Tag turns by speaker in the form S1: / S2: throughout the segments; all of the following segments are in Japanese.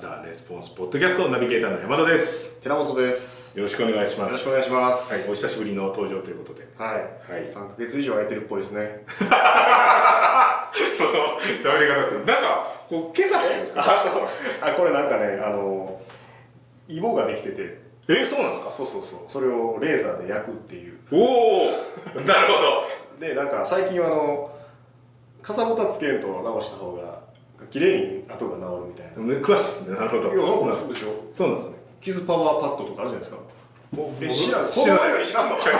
S1: ポッドキャストナビゲーターの山田です。
S2: 寺本です。
S1: よろしくお願いしま
S2: よ
S1: す。
S2: ろしくお願いします。
S1: はい、お久しぶりの登場ということで。
S2: はい。
S1: はい
S2: 3ヶ月以上やってるっぽいですね。
S1: その喋り方です。なんかこう怪我してるんですか。
S2: あ、そう。あ、これなんかね、あの、イボができてて、
S1: え、そうなんです
S2: あ、
S1: か。
S2: そうそうそう。それをレーザーで焼くっていう。
S1: おお、なるほ
S2: で、なんか最近はあの、かさぼたつけんと直した方が、綺麗に跡が治るみたいな。
S1: ど。 ね詳しいですね。なるほど。
S2: いや、なんかそうでしょ
S1: そうなんですね。
S2: 傷パワーパッドとかあるじゃないですか。え、知らん。
S1: 知らない。
S2: い。知らんの
S1: 傷と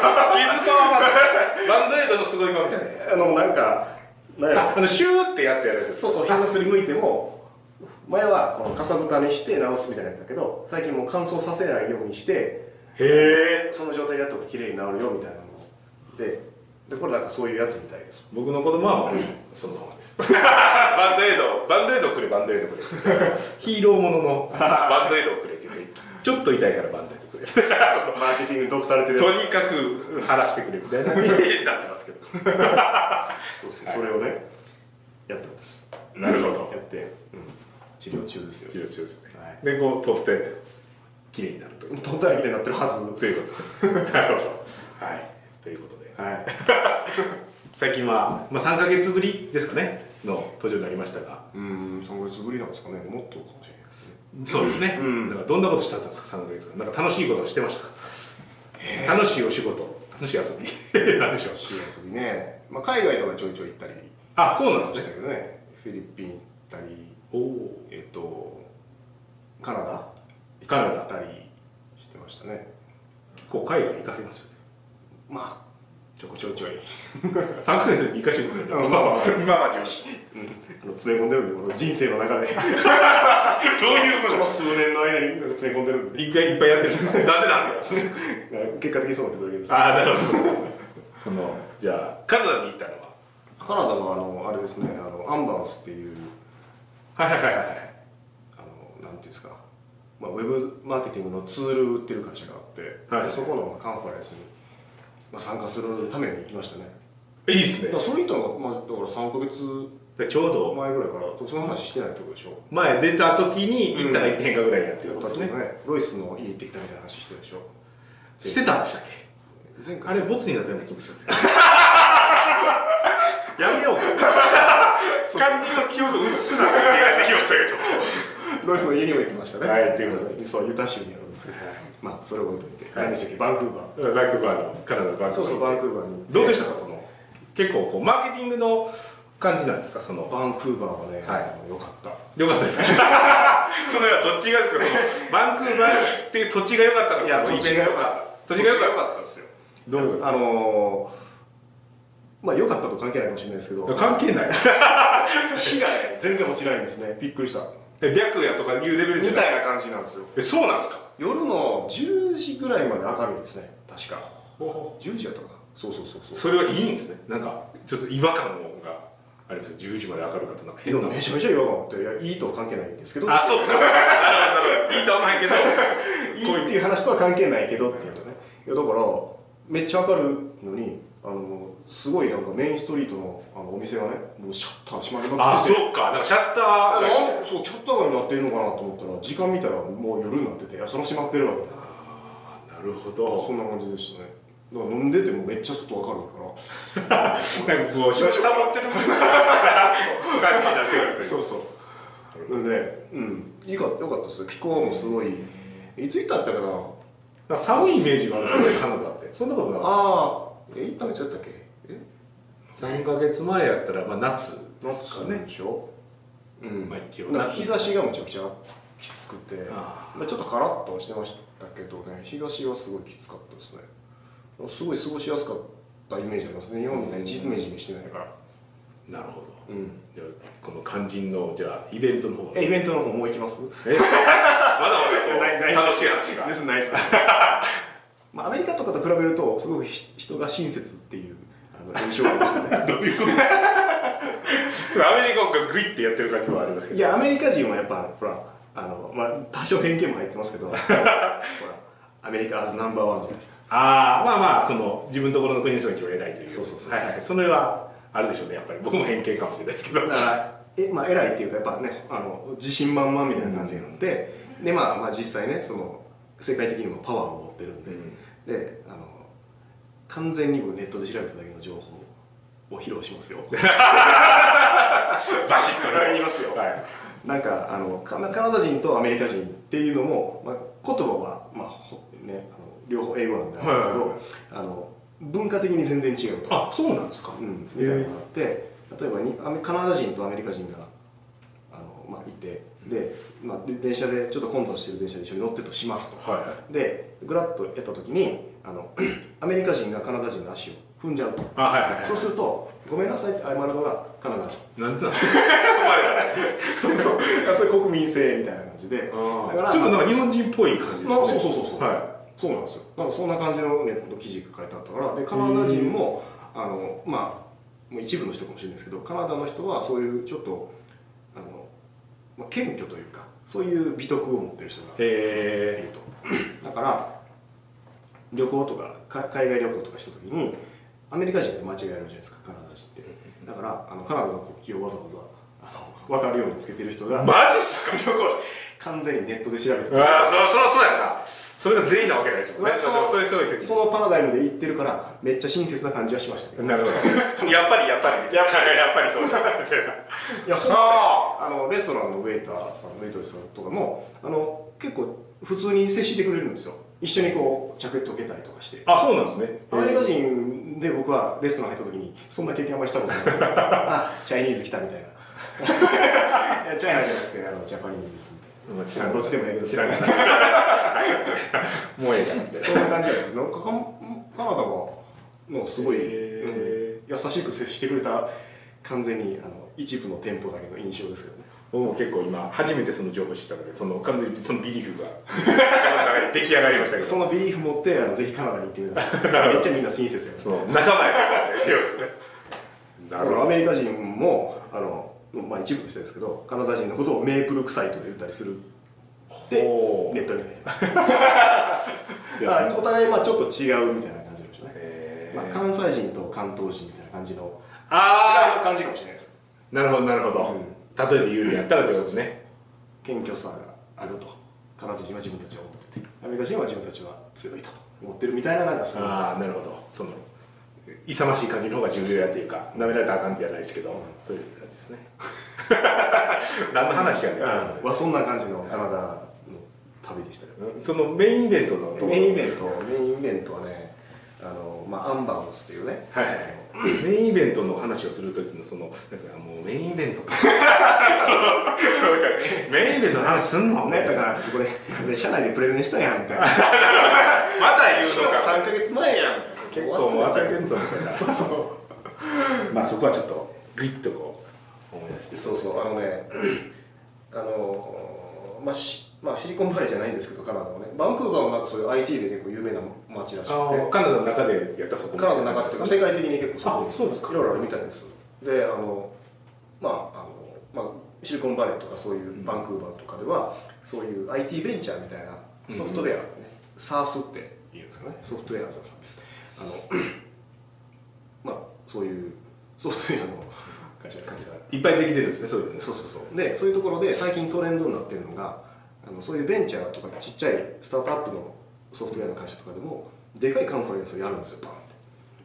S1: バンドエイドのすごい顔みたいなやつです。
S2: あの、なんか、なんやろ
S1: あ、あのシューってやってやるやつです。
S2: そうそう膝すりむいても前はこのかさぶたにして直すみたいなやつだけど最近もう乾燥させないようにして
S1: へえ。
S2: その状態だと綺麗に治るよみたいなのででこれなんかそういうやつみたい です
S1: 僕の子供はもうそのままです。バンドエイド、バンドエイドくれ、バンドエイドくれ。ヒーローもののバンドエイドをくれって言って、ちょっと痛いからバンドエイドくれ。
S2: マーケティングに毒されてる
S1: と
S2: や
S1: にかく晴らしてくれみたいななってますけど
S2: つそうそうそれをねやったんです
S1: なるほ
S2: や
S1: ど
S2: って、うん、治療中です
S1: 治
S2: よ
S1: 療中ですね、
S2: はい
S1: でこう取って綺麗になるという
S2: どんな綺麗になってるはず
S1: ということですねなるほどはいということで
S2: はい
S1: 最近は、まあ、3か月ぶりですかねの登場になりましたが
S2: うん3ヶ月ぶりなんですかねもっとかもしれないです
S1: そ
S2: ね
S1: うですね、
S2: うん
S1: だからどんなことしてたんですか3か月間なんか楽しいことしてました楽しいお仕事楽しい遊び なんでしょう
S2: し遊びね、まあ、海外とかちょいちょい行ったり
S1: あそうなんですね
S2: ねけどねフィリピン行ったり
S1: おお
S2: えっとカナダ
S1: カナダ
S2: 行ったりしてましたね
S1: 結構海外行かれますよね
S2: ま
S1: ちょこちょいちょい3ヶ月に2か所行くんだよ
S2: うんまあまあ
S1: 今は重視
S2: あ、うん、あの詰め込んでるんでこの人生の中でこ
S1: どういうこと
S2: の数年の間に詰め込んでるんで
S1: 一回いっぱいやってるんですかなんでなんだよ
S2: 結果的にそうなってるだけです
S1: ああなるほどそのじゃあカナダに行ったのは
S2: カナダはあのあれですねあのアンバウンスっていう
S1: はいはいはいはい
S2: あのなんていうんですか、まあ、ウェブマーケティングのツール売ってる会社があって、
S1: はい
S2: そこのカンファレンスに、まあ、参加するために行きましたね
S1: いいです
S2: だ
S1: ね
S2: からそれ行ったのが、まあ、だから3ヶ月
S1: でちょうど
S2: 前ぐらいからその話してないってことでしょ
S1: 前出た時に行ったら行ってへんかぐらいやってることですね、
S2: ロイスの家行ってきたみたいな話してたでしょ
S1: してたんでしたっけあ
S2: 前回
S1: れボツになったような気もしますけど やめ よう完全の記憶薄くなってきました
S2: ロイスの家にも行ってましたね
S1: はいということで
S2: そうユタ州にあるんですけど、
S1: は
S2: まあそれを置いといて、
S1: はい
S2: 何でしたっけバンクーバ
S1: けどバンクーバーのカナダのバン
S2: ー
S1: クー
S2: そ
S1: バ
S2: う
S1: ー
S2: そうバンクーバーに行って
S1: どうでしたかその結構こうマーケティングの感じなんですかその
S2: バンクーバーはね、
S1: は
S2: 良かった
S1: 良かったですか それはどっちがですかそのバンクーバーっていう土地が良かったのかそのイベント
S2: 土
S1: 土
S2: 地
S1: 地
S2: が
S1: が良
S2: 良
S1: か
S2: か
S1: っ
S2: ったんですよ
S1: たどういうこ
S2: あのー、まあ良かったと関係ないかもしれないですけど
S1: と関係ない
S2: 火がね全然落ちないんですねびっくりした
S1: で白夜とかいうレベル
S2: み
S1: じゃない
S2: たいな感じなんですよ
S1: えそうなんですか
S2: 夜の10時ぐらいまで明るいんですね確か10時やったかなそうそうそうそう
S1: それはいいんですねなんかちょっと違和感がありますよ10時まで明るかったなんか
S2: い
S1: 変
S2: や
S1: な
S2: めちゃめちゃ違和感あっていやいいとは関係ないんですけど
S1: あそうかなるほどなるほどいいとは思わへんけど
S2: いいっていう話とは関係ないけどっていうのねいやだからめっちゃ明るいのにあのすごいなんかメインストリートのあのお店がねもうシャッター閉まりま
S1: あ
S2: くってて
S1: そうかなんかシャッタ
S2: あ
S1: ーが
S2: なんそうシャッター街になってるのかなと思ったら時間見たらもう夜になってていやその閉まってるわみたいな
S1: あーなるほ
S2: そ
S1: ど
S2: んな感じでしたねだから飲んでてもめっちゃ外明るいから
S1: なんかこうしばしば持ってる感じになってくるという
S2: そうそうでうんいいか良かったですよ気候もすごいいつ行ったんだったかな
S1: なんか寒いイメージがあるんですよねカナダってそんなことなかっ
S2: ああえ行ったのいつだったっけえ
S1: た3か月前やったら、まあ、夏ですか
S2: 夏
S1: ね
S2: でしょうん
S1: まあ一応
S2: なんか日差しがむちゃくちゃきつくて
S1: あ
S2: まあちょっとカラッとはしてましたけどね日差しはすごいきつかったですねすごい過ごしやすかったイメージありますね日本みたいにジメジメしてないから
S1: なるほど
S2: うん
S1: じゃあこの肝心のじゃあイベントの方
S2: えイベントの方もう行きます
S1: えまだま
S2: ない
S1: だこ
S2: な
S1: う
S2: い
S1: 楽しい話が
S2: 別にないですね まあアメリカとかと比べるとすごくひ人が親切っていうあの印象がありましたね
S1: どういうことちょっとアメリカがグイってやってる感じもありますけ
S2: い
S1: ど
S2: やアメリカ人はやっぱほらあの、まあ、多少偏見も入ってま すけどほらアメリカアズナンバーワンじゃないですか
S1: ああまあまあその自分のところの国の人が一番偉いという
S2: そうそうそうそう
S1: はいはい、それはあるでしょうねやっぱり僕も偏見かもしれないですけど
S2: だからえ、まあ、偉いっていうかやっぱねあの自信満々みたいな感じなので、でまあまあ実際ねその世界的にもパワーを持ってるんで、
S1: うん
S2: であの完全に僕ネットで調べただけの情報を披露 しますよ
S1: バシッとね
S2: 言いますよ
S1: はい
S2: なんかあのカナカナダ人とアメリカ人っていうのも、まあ、言葉は、まあほね、あの両方英語なんであれですけど、
S1: はいはい
S2: あの文化的に全然違うと
S1: あそうなんですか
S2: うん、
S1: え
S2: みたいなのがあって、例えばにアメカナダ人とアメリカ人があの、まあ、いてで、まあ、で電車でちょっと混雑してる電車で一緒に乗ってるとしますと
S1: はいはい
S2: でぐらっとやった時にあの アメリカ人がカナダ人の足を踏んじゃうと
S1: あはいはいはい
S2: そうすると「ごめんなさい」って謝るのがカナダ人
S1: なんでなんですか困るから
S2: そうそうあそれ国民性みたいな感じで
S1: あ
S2: だから
S1: ーちょっとなんか日本人っぽい感じですね
S2: まあそうそうそうそう
S1: は
S2: そうなんですよなんかそんな感じのネットの記事が書いてあったからでカナダ人もあのまあもう一部の人かもしれないですけどカナダの人はそういうちょっとあの、まあ、謙虚というかそういう美徳を持ってる人が
S1: い
S2: い
S1: へ
S2: るとだから旅行とかか海外旅行とかした時にアメリカ人って間違えるじゃないですかカナダ人ってだからあのカナダの国旗をわざわざあの分かるようにつけてる人
S1: え
S2: が、
S1: マジっすか
S2: 完全にネットで調べて
S1: ああそりそりそうやなそれが全員なわけないですもんね
S2: そ
S1: そうういう人がいる
S2: そのパラダイムで言ってるからめっちゃ親切な感じはしましたけど
S1: なるほどやっぱ りやっぱりみたいなやっぱりそうだみたいない
S2: やほん
S1: は
S2: あのレストランのウェイターさんウェイトレスさんとかもあの結構普通に接してくれるんですよ一緒にこう着解けたりとかして
S1: あそうなんですね
S2: アメリカ人で僕はレストラン入った時にそんな経験あんまりしたことない あチャイニーズ来た みたいないやチャイナじゃなくてあのジャパニーズですみたいな
S1: まあ
S2: 知らんどっちでもええけど
S1: 知らんからはいもうええからみたいな
S2: そんな感じだよなんかカンカナダはなんかすごい、
S1: へ
S2: うん優しく接してくれた完全にあの一部の店舗だけの印象ですけどね
S1: 僕も結構今初めてその情報知ったのでその完全にそのビリー フが自分の中で出来上がりましたけど
S2: そのビリーフ持ってあのぜひカナダに行ってみてくださいめっちゃみんな親切やつ
S1: その仲間やから強いですね
S2: だ
S1: な
S2: か
S1: るほ
S2: ら
S1: ど
S2: アメリカ人もあの、まあ、一部の人ですけどカナダ人のことをメープル臭いと言ったりするで
S1: ほう
S2: ネットに書いてまし
S1: いや
S2: ただからお互いまあちょっと違うみたいな感じなんでしょうね、
S1: へ
S2: まあ、
S1: ー
S2: 関西人と関東人みたいな感じの
S1: あ
S2: 感じかもしれないです
S1: ーなるほどなるほど例えて言うにやったらってことですね
S2: 謙虚さがあるとカナダ人は自分たちは思っててアメリカ人は自分たちは強いと思ってるみたいななんかそういう
S1: ああなるほどその勇ましい感じの方が重要やっていうかなめられたらあかんってじゃないですけどそういう感じですね 何の話やねん
S2: はそんな感じのカナダの旅でしたよ
S1: そのメインイベントのところ
S2: メインイベントメインイベントはねあの、まあ、アンバウンスというね、
S1: はいはいはい、メインイベントの話をするときのそのなんかもうメインイ ベントかそのなんかメインイベントの話すんの
S2: ねだからこれで社内でプレゼン したやんみたいな
S1: また言う
S2: しか
S1: の
S2: も
S1: か
S2: 3か月前やんみたいな
S1: 結構もう朝現像みたいな
S2: そうそう
S1: まあそこはちょっとグイッとこう思い出して
S2: そうそうあのねあのまあしまあ、シリコンバレーじゃないんですけどカナダはねバンクーバーもなんかそういう IT で結構有名な街らしくて
S1: あカナダの中でやったそこ
S2: カナダの中っていうか世界的に結構
S1: あそうですか
S2: いろいろあるみたいですであのまああの、まあ、シリコンバレーとかそういうバンクーバーとかでは、そういう IT ベンチャーみたいなソフトウェアね、サー SARS って言うんですかねソフトウェアザサービスあの まあそういうソフトウェアの会社会社
S1: いっぱいできてるんですねそういうのね
S2: そうそうそうでそういうところで最近トレンドになってるのがあのそういうベンチャーとかちっちゃいスタートアップのソフトウェアの会社とかでもでかいカンファレンスをやるんですよバーンって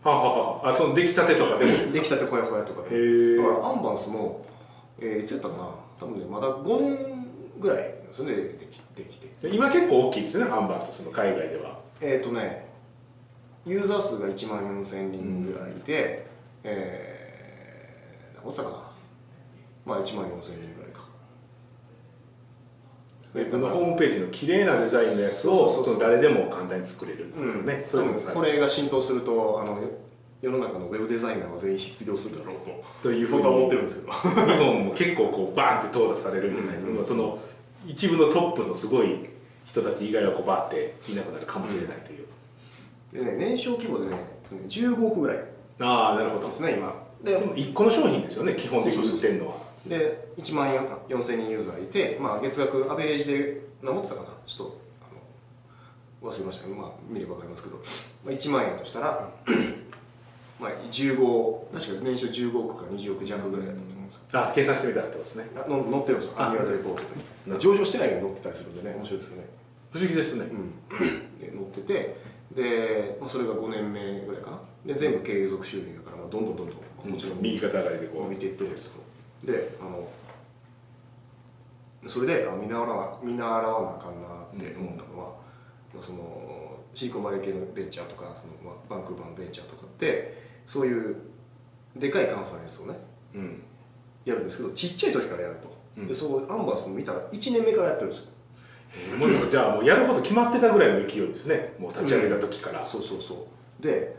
S1: はあ、はあはあ、あその出来たてとかでもです
S2: で
S1: か
S2: きたてほやほやとか
S1: へ
S2: で
S1: え
S2: だからアンバンスも、えーいつやったかな多分ねまだ5年ぐらいなんですよねできできて
S1: 今結構大きいですよねアンバースその海外では
S2: えっ、とねユーザー数が1万4000人ぐらいで、えー、何つったかなまあ1万4000人ぐらいか
S1: であのホームページの綺麗なデザインのやつ
S2: そうそ
S1: を
S2: うそう
S1: その誰でも簡単に作れるってい
S2: うん
S1: うね、
S2: ね、
S1: そういうのが
S2: これが浸透するとあの世の中のウェブデザイナーは全員失業するだろうと
S1: というふう
S2: 僕
S1: に
S2: は思ってるんですけど
S1: 日本も結構こうバーンって淘汰されるみたいな、
S2: うん
S1: その一部のトップのすごい人たち以外はこうバーっていなくなるかもしれないという、
S2: でね年商規模でね15億ぐらい
S1: ああなるほど
S2: です
S1: そ
S2: ね今で
S1: の1個の商品ですよね基本的に売ってるのは
S2: で1万4000人ユーザーいて、まあ、月額アベレージで何持ってたかなちょっとあの忘れましたけど、まあ、見れば分かりますけど、まあ、1万円としたら、まあ、15確か年収15億か20億弱ぐらいだったと思うんですけ
S1: あ計算してみたらってことですね
S2: ど、あの載ってるんですよ
S1: あ
S2: アニュアルレポー
S1: な
S2: トで
S1: る
S2: 上場してないのに載ってたりするんでね面白いですよね、
S1: 不思議ですね
S2: うん、で載っててで、まあ、それが5年目ぐらいかなで全部継続収入だから、まあ、どんどんどんど
S1: も
S2: んも
S1: ち
S2: ち
S1: ろ
S2: ろ
S1: ん
S2: ん
S1: 右肩上がりでこ
S2: こ
S1: う
S2: う見ていってるんですよであのそれであ見習わな見習わなあかんなって思ったのは、まあそのシリコンバレー系のベンチャーとかその、まあ、バンクーバーのベンチャーとかってそういうでかいカンファレンスをね
S1: うん
S2: やるんですけどちっちゃい時からやると、
S1: うん
S2: でそうアンバースの見たら1年目からやってるんですよ
S1: えーもうでもじゃあもうやること決まってたぐらいの勢いですねもう立ち上げた時から、
S2: そうそうそうで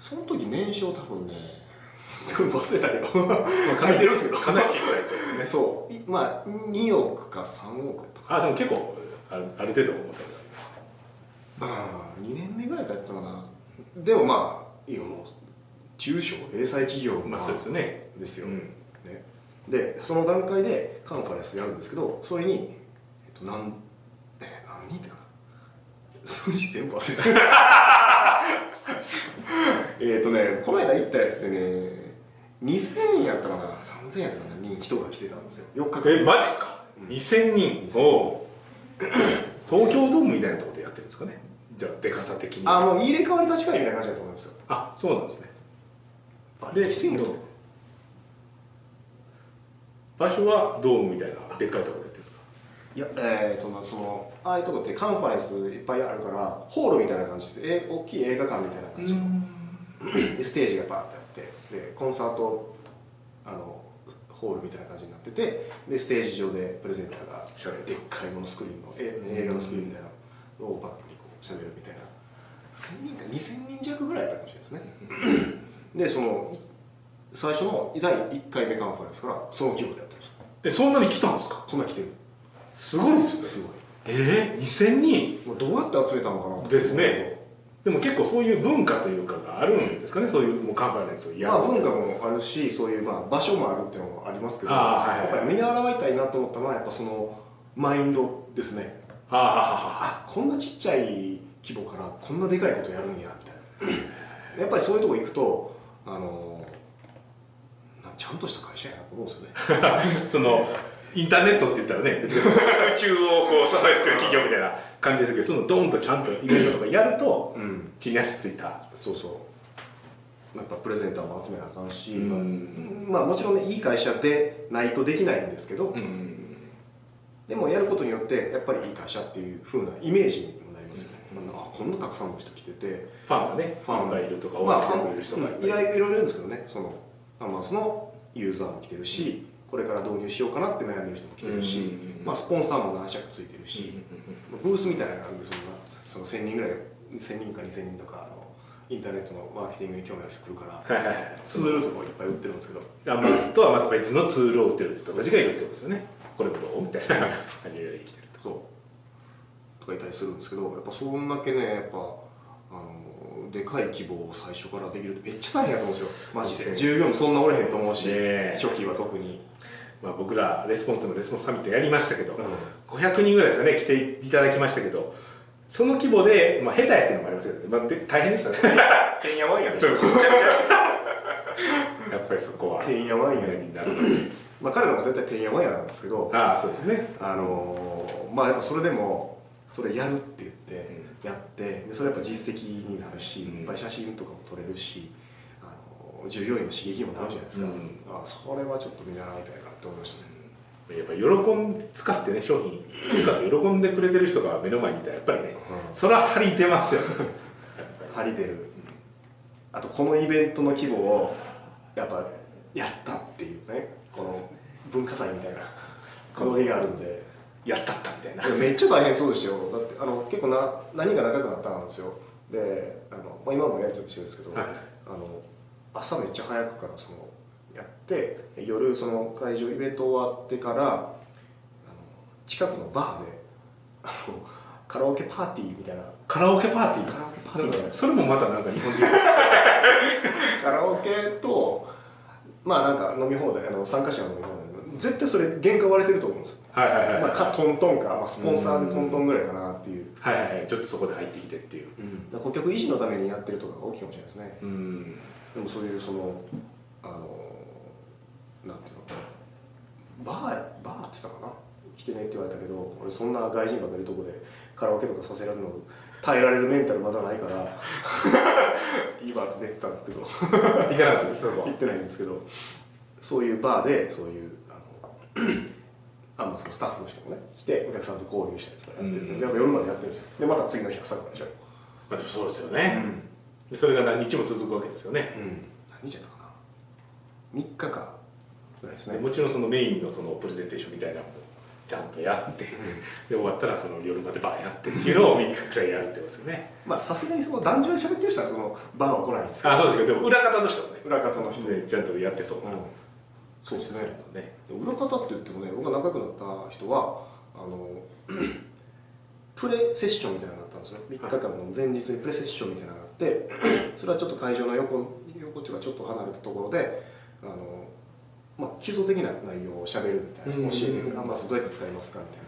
S2: その時年商多分ね すごい忘れたけど 書いてるんですけど
S1: かなり小さいですよね
S2: そういまあ2億か3億やったかな
S1: あでも結構あるある程度思ったことあります
S2: ああ2年目ぐらいからやってたかなでもまあいいよもう中小零細企業
S1: まあそうですね
S2: です
S1: う
S2: よ、
S1: ん
S2: ね、でその段階でカンファレンスやるんですけどそれに、えっと、何え何人ってかな数字全部忘れた えっとねこの間行ったやつでね2000やったかな3000やったかなに人が来てたんですよ4日間
S1: えマジっすか
S2: うん
S1: 2000人を東京ドームみたいなところでやってるんですかねじゃあでかさ的に
S2: あもう入れ替わり立ち替えみたいな感じだと思いますよ
S1: あそうなんですね
S2: で
S1: で
S2: 2000
S1: どう場所はドームみたいなでっかいところでやってるんですか
S2: いやえー、となそのああいうとこってカンファレンスいっぱいあるからホールみたいな感じでえ大きい映画館みたいな感じの、でステージがバーってあってでコンサートあのホールみたいな感じになっててでステージ上でプレゼンターがでっかいものスクリーンのえ映画のスクリーンみたいなのをバックにこう喋るみたいな1000人か2000人弱ぐらいだったかもしれないですねでそのい最初の第1回目カンファレンスからその規模でやってました
S1: えそんなに来たんですか
S2: そんな来てる
S1: すごいっすね
S2: すごい
S1: えー、2000人
S2: もうどうやって集めたのかなと思って
S1: ですねでも結構そういう文化というかがあるんですかね、そういうもうカンファレンスをやる
S2: まあ、文化もあるしそういうまあ場所もあるっていうのもありますけど、
S1: あーはいはいはい
S2: やっぱり見習いたいなと思ったのはやっぱそのマインドですね
S1: ああはあはあ
S2: あこんなちっちゃい規模からこんなでかいことやるんやみたい なやっぱりそういうとこ行くとあのなちゃんとした会社やなと思うんですよね
S1: そのインターネットって言ったらね宇宙をこう支えてる企業みたいな感じですけどそのドンとちゃんとイベントとかやると
S2: うん
S1: 地に足ついた
S2: そうそうやっぱプレゼンターも集めなあかんし、
S1: うん
S2: まあ、もちろんねいい会社でないとできないんですけど、
S1: ん
S2: でもやることによってやっぱりいい会社っていう風なイメージにもなりますよね、まあ、あこんなたくさんの人来てて
S1: ファンがねファンがいるとか応援してくれる人がい
S2: まあ
S1: る
S2: いろいろいろいるんですけどねそのアマスのユーザーも来てるし、これから導入しようかなって悩んでる人も来てるし、
S1: うんうんうん
S2: まあ、スポンサーも何社かついてるし、ブースみたいなのがあるんでそんなその1000人ぐらい1000人か2000人とかあのインターネットのマーケティングに興味ある人来るから
S1: はいはいはい
S2: ツールとかをいっぱい売ってるんですけど
S1: アマスとはまた別のツールを売ってる人たちがいるってことですよねこれもどうみたいな感じで生きてる
S2: そうとかいたりするんですけどやっぱそんだけねやっぱあのでかい希望を最初からできるってめっちゃ大変だと思うんですよマジ
S1: そうで
S2: です従業員もそんなおれへんと思うし、
S1: ねえ
S2: 初期は特に、
S1: と、まあ、僕らレスポンスのレスポンスサミットやりましたけど、
S2: うん
S1: 500人ぐらいですかね来ていただきましたけどその規模で、まあ、下手やっていうのもありますけど、まあ、で大変でしたね
S2: てんやわんや
S1: ちょっと やっぱりそこは
S2: てんやわんや
S1: になる
S2: まあ彼らも絶対てんやわんやなんですけど
S1: ああそうですね
S2: あのーまあやっぱそれでもそれやるって言ってやってでそれやっぱ実績になるし
S1: うん
S2: いっぱい写真とかも撮れるしあの従業員の刺激にもなるじゃないですか、
S1: うん
S2: あそれはちょっと見習いたいなって思いましたね
S1: やっぱり喜ん使ってね商品使って喜んでくれてる人が目の前にいたらやっぱりねそら張り出ますよ
S2: 張り出る、あとこのイベントの規模をやっぱやったっていうねこ
S1: そうです
S2: の文化祭みたいなノリがあるんで
S1: やったったみたいない
S2: やめっちゃ大変そうですよだってあの結構な何が長くなったんですよであの、まあ、今もやり取りしてるんですけど、
S1: はい
S2: あの朝めっちゃ早くからそのやって夜その会場イベント終わってからあの近くのバーであのカラオケパーティーみたいな
S1: カラオケパーティー
S2: カラオケパーティーみたいな
S1: それもまたなんか日本 人
S2: カラオケとまあなんか飲み放題あの参加者の飲み放題絶対それ原価割れてると思うんですよ、
S1: はいはいはい、
S2: まあ、かトントンか、まあ、スポンサーでトントンぐらいかなっていう、
S1: はいはいはいちょっとそこで入ってきてっていう
S2: だから顧客維持のためにやってるとかが大きいかもしれないですね
S1: うん
S2: でもそういうそのあのなんていうのバーバーって言ったかな来てねって言われたけど俺そんな外人ばっかいるとこでカラオケとかさせられるの耐えられるメンタルまだないから いいバーって出てたんですけど
S1: いかなかったですそれは
S2: 行ってないんですけどそういうバーでそういう あのアンバスのスタッフの人もね来てお客さんと交流したりとかやって
S1: うん
S2: てやっぱ夜までやってるんですよでまた次の日朝からでしょ、
S1: まあでもそうですよね、でそれが何日も続くわけですよね、
S2: うん、何日やったかな3日間ぐらいです
S1: で
S2: ね
S1: もちろんそのメインのそのプレゼンテーションみたいなのもちゃんとやって、で終わったらその夜までバーやってっていうのを3日くらいやるってことですよね
S2: まあさすがにその男女で喋ってる人はそのバーは来ないんですけど
S1: あそうですけどでも裏方の人もね
S2: 裏方の人で、
S1: ねちゃんとやってそう
S2: う、
S1: なん
S2: そうですね
S1: のね
S2: 裏方って言ってもね僕が仲良くなった人はあの プレセッションみたいなのがあったんですよ3日間の前日にプレセッションみたいなのがあって それはちょっと会場の横横っていうかちょっと離れたところであの、まあ、基礎的な内容をしゃべるみたい
S1: うんうんう
S2: なん教えてくれるアンバスどうやって使いますかみたいな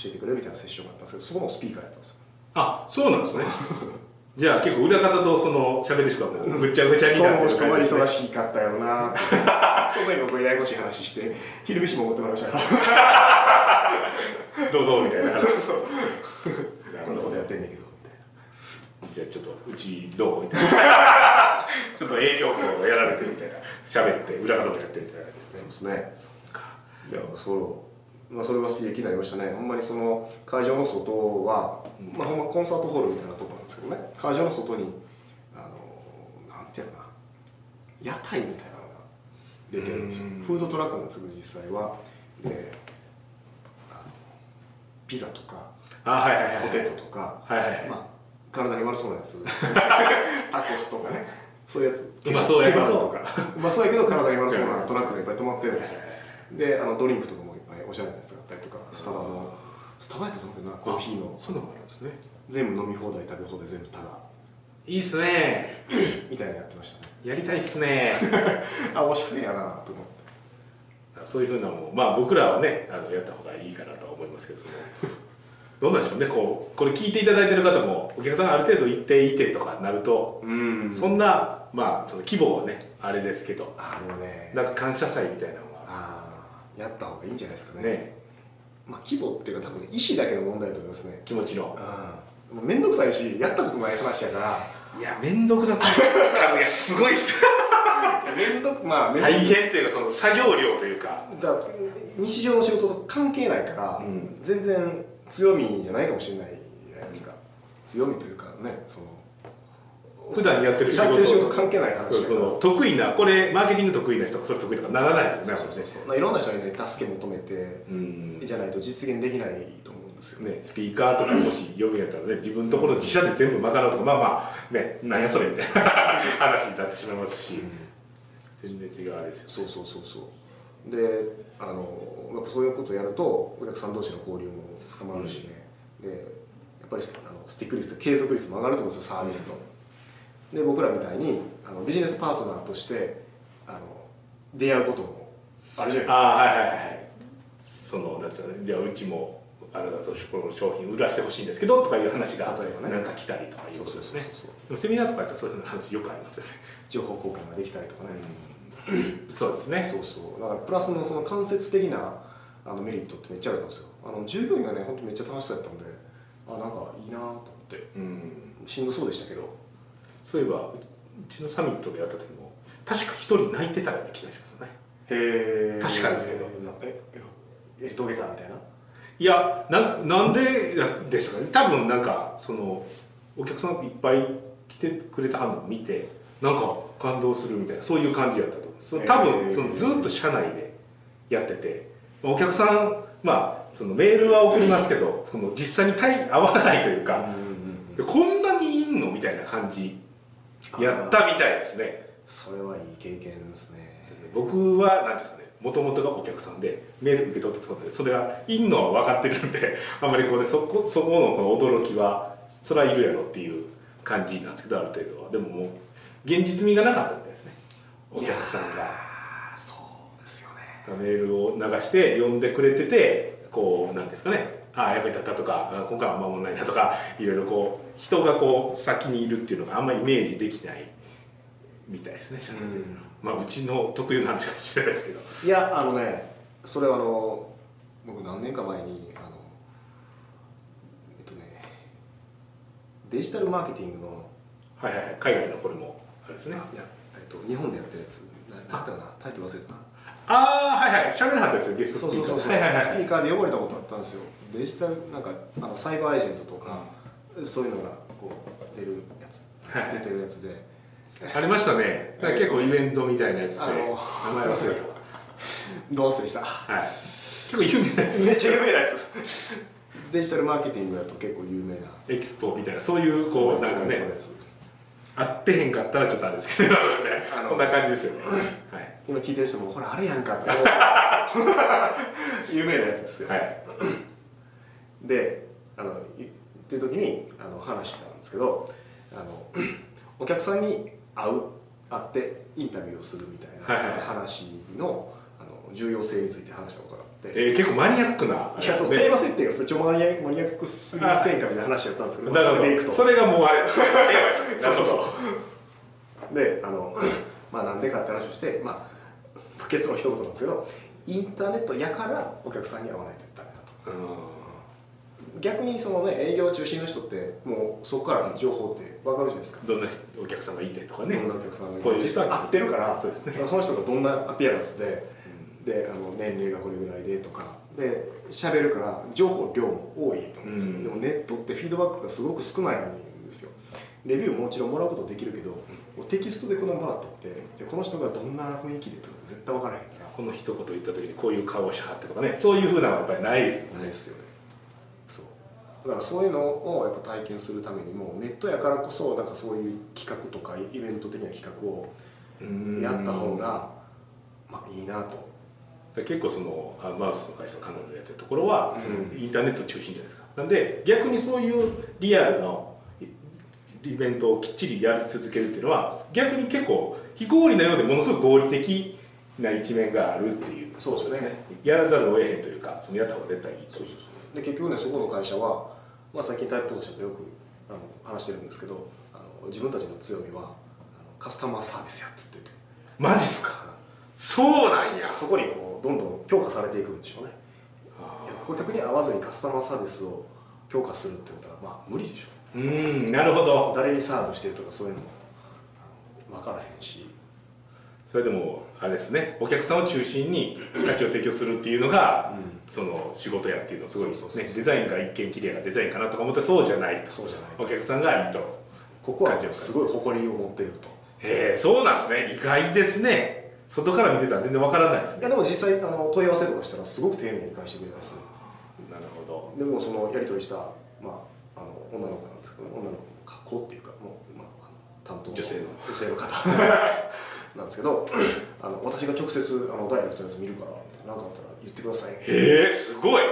S2: 教えてくれるみたいなセッションがあったんですけどそこのスピーカーやったんですよ
S1: あそうなんですね じゃあ結構裏方とその喋る人はもうぐちゃぐちゃになってる
S2: そう
S1: 感じです、ね
S2: 忙、しかったよなって そんなに僕ややこしい話して昼飯も持ってもらいました
S1: どうぞみたいな
S2: そうそう
S1: なる
S2: こ
S1: ほ
S2: んなこと
S1: ど
S2: やってんだけどみたいな
S1: じゃあちょっとうちどうみたいな ちょっと営業部をやられてるみたいな喋って裏方とやってるみたいな感じです
S2: そう
S1: ね
S2: ですね
S1: そうか
S2: いやそう、まあ、それは刺激になりましたねほんまにその会場の外は、まあ、ほんまコンサートホールみたいなとこなんですけどね会場の外にあのなんていうのかな屋台みたいなのが出てるんですよ
S1: うん
S2: フードトラックなんですけど実際はであのピザとか
S1: あはいはいはい
S2: ポテトとか、
S1: はいはいはい、
S2: まあ体に悪そうな やつタコスとかねそういうやつ
S1: うまそうやけど
S2: ケバブとかうまそうやけど体に悪そうなトラックがいっぱい止まってるんですよであのドリンクとかもいっぱいおしゃれなやつがあったりとかスタバのスタバやったと思うけどなコーヒーの
S1: そういうのもあるんですね
S2: 全部飲み放題食べ放題全部タダ
S1: いいっすね
S2: みたいなのやってましたね
S1: やりたいっすね
S2: あおしゃれやなと思って
S1: そういうふうなのもまあ僕らはねあのやった方がいいかなとは思いますけどそのどうなんでしょうねこうこれ聞いていただいてる方もお客さんがある程度一定いてとかなると、
S2: うん
S1: そんなまあその規模はねあれですけど
S2: あでもね
S1: なんか感謝祭みたいなのが
S2: あーやった方がいいんじゃないですかね
S1: ね
S2: まあ規模っていうか多分ね意思だけの問題だと思いますね
S1: 気持ちの
S2: うんもう面倒くさいしやったことない話やから
S1: いや面倒くさ いいやすごいっす
S2: 面倒くまあ面倒
S1: 大変っていうかその作業量というか
S2: だから日常の仕事と関係ないから、
S1: うん
S2: 全然強みじゃないかもしれないじゃないですか、強みというかねその
S1: 普段やってる仕事
S2: やってる仕事関係ない話
S1: そうその得意なこれマーケティング得意な人がそれ得意とかならないですよね
S2: そうそうそうまあいろんな人にね助け求めて
S1: うん
S2: じゃないと実現できないと思うんですよね
S1: ね、スピーカーとかもし呼ぶんやったらね自分のところの自社で全部賄うとかまあまあねなんやそれみたいな 話になってしまいますし、全然違うあれですよ
S2: そうそうそうそうであのやっぱそういうことをやるとお客さん同士の交流も深まるしね、でやっぱりあのスティック率と継続率も上がると思うんですよサービスと、で僕らみたいにあのビジネスパートナーとしてあの出会うこともあるじゃないですか
S1: ああはいはいはいそのなんですかねじゃあうちもあなたとこの商品売らしてほしいんですけどとかいう話が
S2: 例えばね
S1: なんか来たりとかいうことですね
S2: そうそうそう
S1: でもセミナーとかやったらそういう話よくありますよね、
S2: 情報交換ができたりとかね、
S1: そうですね
S2: そうそうだからプラスのその間接的なあのメリットってめっちゃあるんですよあの従業員がね本当めっちゃ楽しそうやったんであなんかいいなと思って
S1: うん
S2: しんどそうでしたけど
S1: そういえばうちのサミットでやった時も確か一人泣いてたような気がしますよね
S2: へえ
S1: 確かですけど
S2: ええやり遂げたみたいない
S1: やななんででしたかね多分なんかそのお客さんいっぱい来てくれた反応を見てなんか感動するみたいなそういう感じやったと思うその多
S2: へ
S1: 分
S2: ー
S1: そのずっと社内でやっててまあお客さんまあそのメールは送りますけどその実際に対合わないというかでこんなにいんのみたいな感じやったみたいですね
S2: それはいい経験ですね
S1: 僕は何ですかねもともとがお客さんでメール受け取ってたことでそれがいんのは分かってるんで あんまりこうねそこそこのこの驚きはそれはいるやろっていう感じなんですけどある程度はでももう現実味がなかったみたいですねお客さん
S2: いや
S1: が
S2: ーそうですよね
S1: メールを流して呼んでくれててこう何ですかねああ役に立ったとかあ今回はあんま問題ないなとかいろいろこう人がこう先にいるっていうのがあんまイメージできないみたいですね社内的にはまあうちの特有の話かもしれないですけど
S2: いやあのねそれはあの僕何年か前にあのえっとねデジタルマーケティングの
S1: はいはいはい海外のこれもあれですね
S2: あいや、えっと、日本でやったやつななんだったかなタイトル忘れたな
S1: ああはいはい喋らなかったですよゲスト
S2: そう
S1: スピ
S2: そ
S1: ー
S2: う
S1: カー
S2: そうそう、
S1: はいはいはい
S2: スピーカーで呼ばれたことあったんですよデジタルなんかあのサイバーエージェントとか、そういうのがこう出るやつ、
S1: はい
S2: 出てるやつで
S1: ありましたねなんか結構イベントみたいなやつで
S2: あ
S1: 名
S2: の
S1: 前忘れた
S2: どう忘れした
S1: はい、結構有名なやつ
S2: めっちゃ有名なやつデジタルマーケティングだと結構有名な
S1: エキスポみたいなそういうこうなんか
S2: そう
S1: ね
S2: です
S1: 合ってへんかったらちょっとあれですけど、ね
S2: あ、の
S1: そんな感じですよね、はい
S2: 今聞いてる人もほらあれやんかって 有名なやつですよ、
S1: はい、
S2: であのいっていう時にあの話したんですけどあの お客さんに会う会ってインタビューをするみたい
S1: はいはい
S2: な話の,、あの重要性について話したことがあって。
S1: えー結構マニアックなあ
S2: い
S1: れ
S2: や
S1: です
S2: そうテーマ設定がそれちょマニアマニアックすぎませんかみたいな話やったんですけど、ま
S1: なる
S2: あそ
S1: ほ
S2: れでいく
S1: ど
S2: と
S1: それがもうあれテーマやったんです
S2: そ
S1: ね
S2: うそ
S1: な
S2: う
S1: るほ
S2: そうであの まあなんでかって話をしてまあ結論一言なんですけどインターネットやからお客さんに会わないとダメだと
S1: ど
S2: 逆にそのね営業中心の人ってもうそこからの情報って分かるじゃないですか
S1: うんどんなお客さんがいてとかね、
S2: どんなお客さんがい
S1: こういう
S2: て実
S1: 人
S2: 際
S1: は
S2: 会ってるから
S1: そうですね
S2: その人がどんなアピアランスで
S1: う
S2: であの年齢がこれぐらいでとかで喋るから情報量も多いと思うんですよ、
S1: うん
S2: でもネットってフィードバックがすごく少ないんですよレビューももちろんもらうことできるけど、もうテキストでこのままだってってこの人がどんな雰囲気でとか絶対分からへんから
S1: この一言言った時にこういう顔をしはってとかねそういうふうなのはやっぱりないですよね
S2: ないですよねそうだからそういうのをやっぱ体験するためにもネットやからこそなんかそういう企画とかイベント的な企画を
S1: うん
S2: やった方が、まあいいなと
S1: で結構そのあマウスの会社がカナダでやってるところは、その
S2: うん
S1: インターネット中心じゃないですかなんで逆にそういうリアルのイイベントをきっちりやり続けるっていうのは逆に結構非合理なようでものすごく合理的な一面があるっていう
S2: そうですね
S1: やらざるを得へんというかそのやった方が絶対いいという
S2: で結局ねそこの会社は、まあ、最近タイプ当社とよくあの話してるんですけどあの自分たちの強みはあのカスタマーサービスやって言ってて
S1: マジっすかそうなんや
S2: そこにこうどんどん強化されていくんでしょうねいや顧客に合わずにカスタマーサービスを強化するってことはまあ無理でしょ
S1: うんなるほど
S2: 誰にサーブしてるとかそういうのもあの分からへんし
S1: それでもあれですねお客さんを中心に価値を提供するっていうのが、その仕事やっていうのすごい
S2: そうそうそう
S1: ねデザインが一見綺麗なデザインかなとか思ったらそうじゃないと
S2: そうじゃない
S1: お客さんがいいと
S2: ここはすごい誇りを持っていると
S1: へえそうなんですね意外ですね外から見てたら全然わからないです
S2: い
S1: ね
S2: やでも実際あの問い合わせとかしたらすごく丁寧に返してくれます
S1: なるほど
S2: でもそのやり取りした、まあ、あの女の子なんですけど女の子子っていうかもう、まあ、あの担当
S1: 女性の
S2: 女性の方なんですけど あの私が直接あのダイレクトのやつ見るから何かあったら言ってください
S1: へえすごい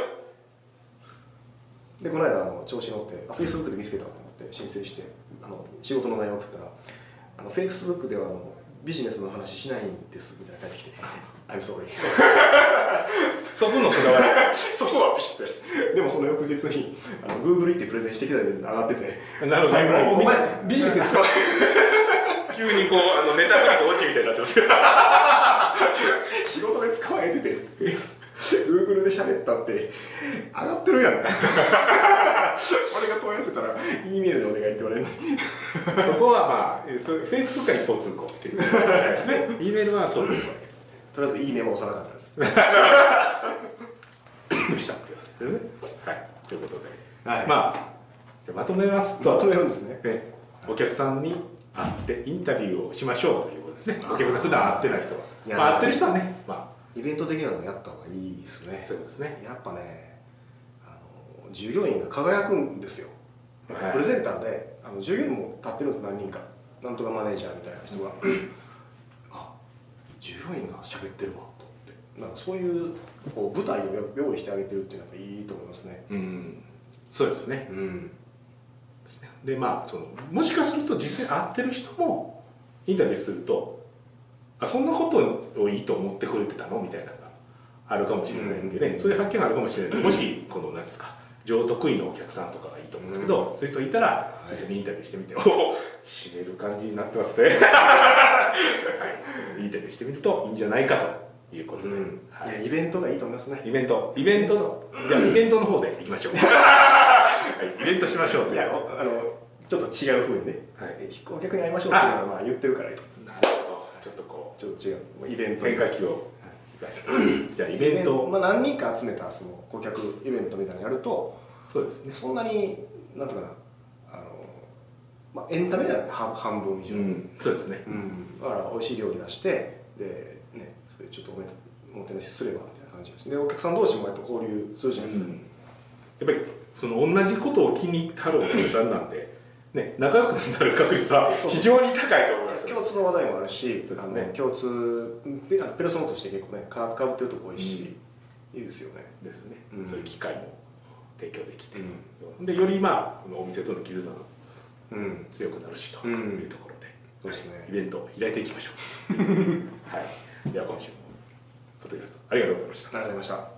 S2: でこの間あの調子乗ってあ Facebook で見つけたと思って申請してあの仕事の内容を送ったらあの Facebook ではあのビジネスの話しないんですみたいな返ってき て「I'm sorry」
S1: そこのこだわり
S2: そこはピシッてでもその翌日にあの Google 行ってプレゼンしてきたで上がってて
S1: なるほど
S2: タイムライン
S1: お前
S2: お前ビジネスに使わ
S1: 急にこうあのネタが落ちみたいになってますけど
S2: 仕事で使われてて Google で喋ったって上がってるやん俺が問い合わせたら E メールでお願いって言われるのに
S1: そこはまあフェイスブックは一方通行っていう感じです ね E メールはそういう
S2: とりあえず「いいね」も押さなかったです
S1: くしたっていうことですよね。 はい、ということで、
S2: はい
S1: まあじゃあまとめますと、
S2: まとめるんですね
S1: ね、お客さんに会ってインタビューをしましょうということですね。お客さん普段会ってない人は、
S2: いや
S1: まあ、会ってる人はね、ま
S2: イベント的なのやった方がいいですね
S1: あそういうことですね。
S2: やっぱねあの従業員が輝くんですよやっぱ
S1: はい
S2: プレゼンターで、あの従業員も立ってるんです何人かなんとかマネージャーみたいな人が、あ従業員が喋ってるわと思ってなんかそういうこう舞台をよ用意してあげてるっていうのはやっぱいいと思いますね
S1: うん、そうですね。
S2: うん
S1: でまあそのもしかすると実際会ってる人もインタビューするとあそんなことをいいと思ってくれてたのみたいなのがあるかもしれないんでね、
S2: うん
S1: そういう発見があるかもしれないんでもしこの何ですか上得意のお客さんとかがいいと思うんですけど、そういう人いたら
S2: はい
S1: 別にインタビューしてみて、おお締める感じになってます ね、はい、インタビューしてみるといいんじゃないかということで、はい
S2: いやイベントがいいと思いますね
S1: イベントイベントじゃあイベントの方でいきましょう、 はい、イベントしましょうと
S2: い
S1: いう
S2: やおあのちょっと違うふうにね、
S1: はい
S2: お客に会いましょうっていうのはまあ言ってるから
S1: なるほどちょっとこ
S2: ちょっと違うもうイベン
S1: う
S2: ト
S1: 変化球を生かしてじゃあイベント
S2: まあ、何人か集めたその顧客イベントみたいなのやると
S1: そうですね
S2: そんなになんとかなあの、まあ、エンタメだよね半半分以上、
S1: うんそうですね
S2: うんだから美味しい料理出してでねそれちょっとおめおもてなしすればみたいな感じですでお客さん同士もやっぱ交流するじゃないですか、
S1: やっぱりその同じことを気に入ったろうお客さんなんで、ね、仲良くなる確率は非常に高いと思います
S2: 共通の話題もあるし、
S1: そうで
S2: あ
S1: すね
S2: の共通ペペルソナとして結構ねかかぶってるとこ多いし、いいですよね、
S1: ですね、
S2: うん
S1: そういう機会も提供できて、でよりまあこのお店との絆が
S2: うん、
S1: 強くなるしと
S2: うん
S1: いうところで,、
S2: そうですね
S1: イベントを開い ていきましょうはいでは今週もポッドキャストありがとうございました
S2: ありがとうございました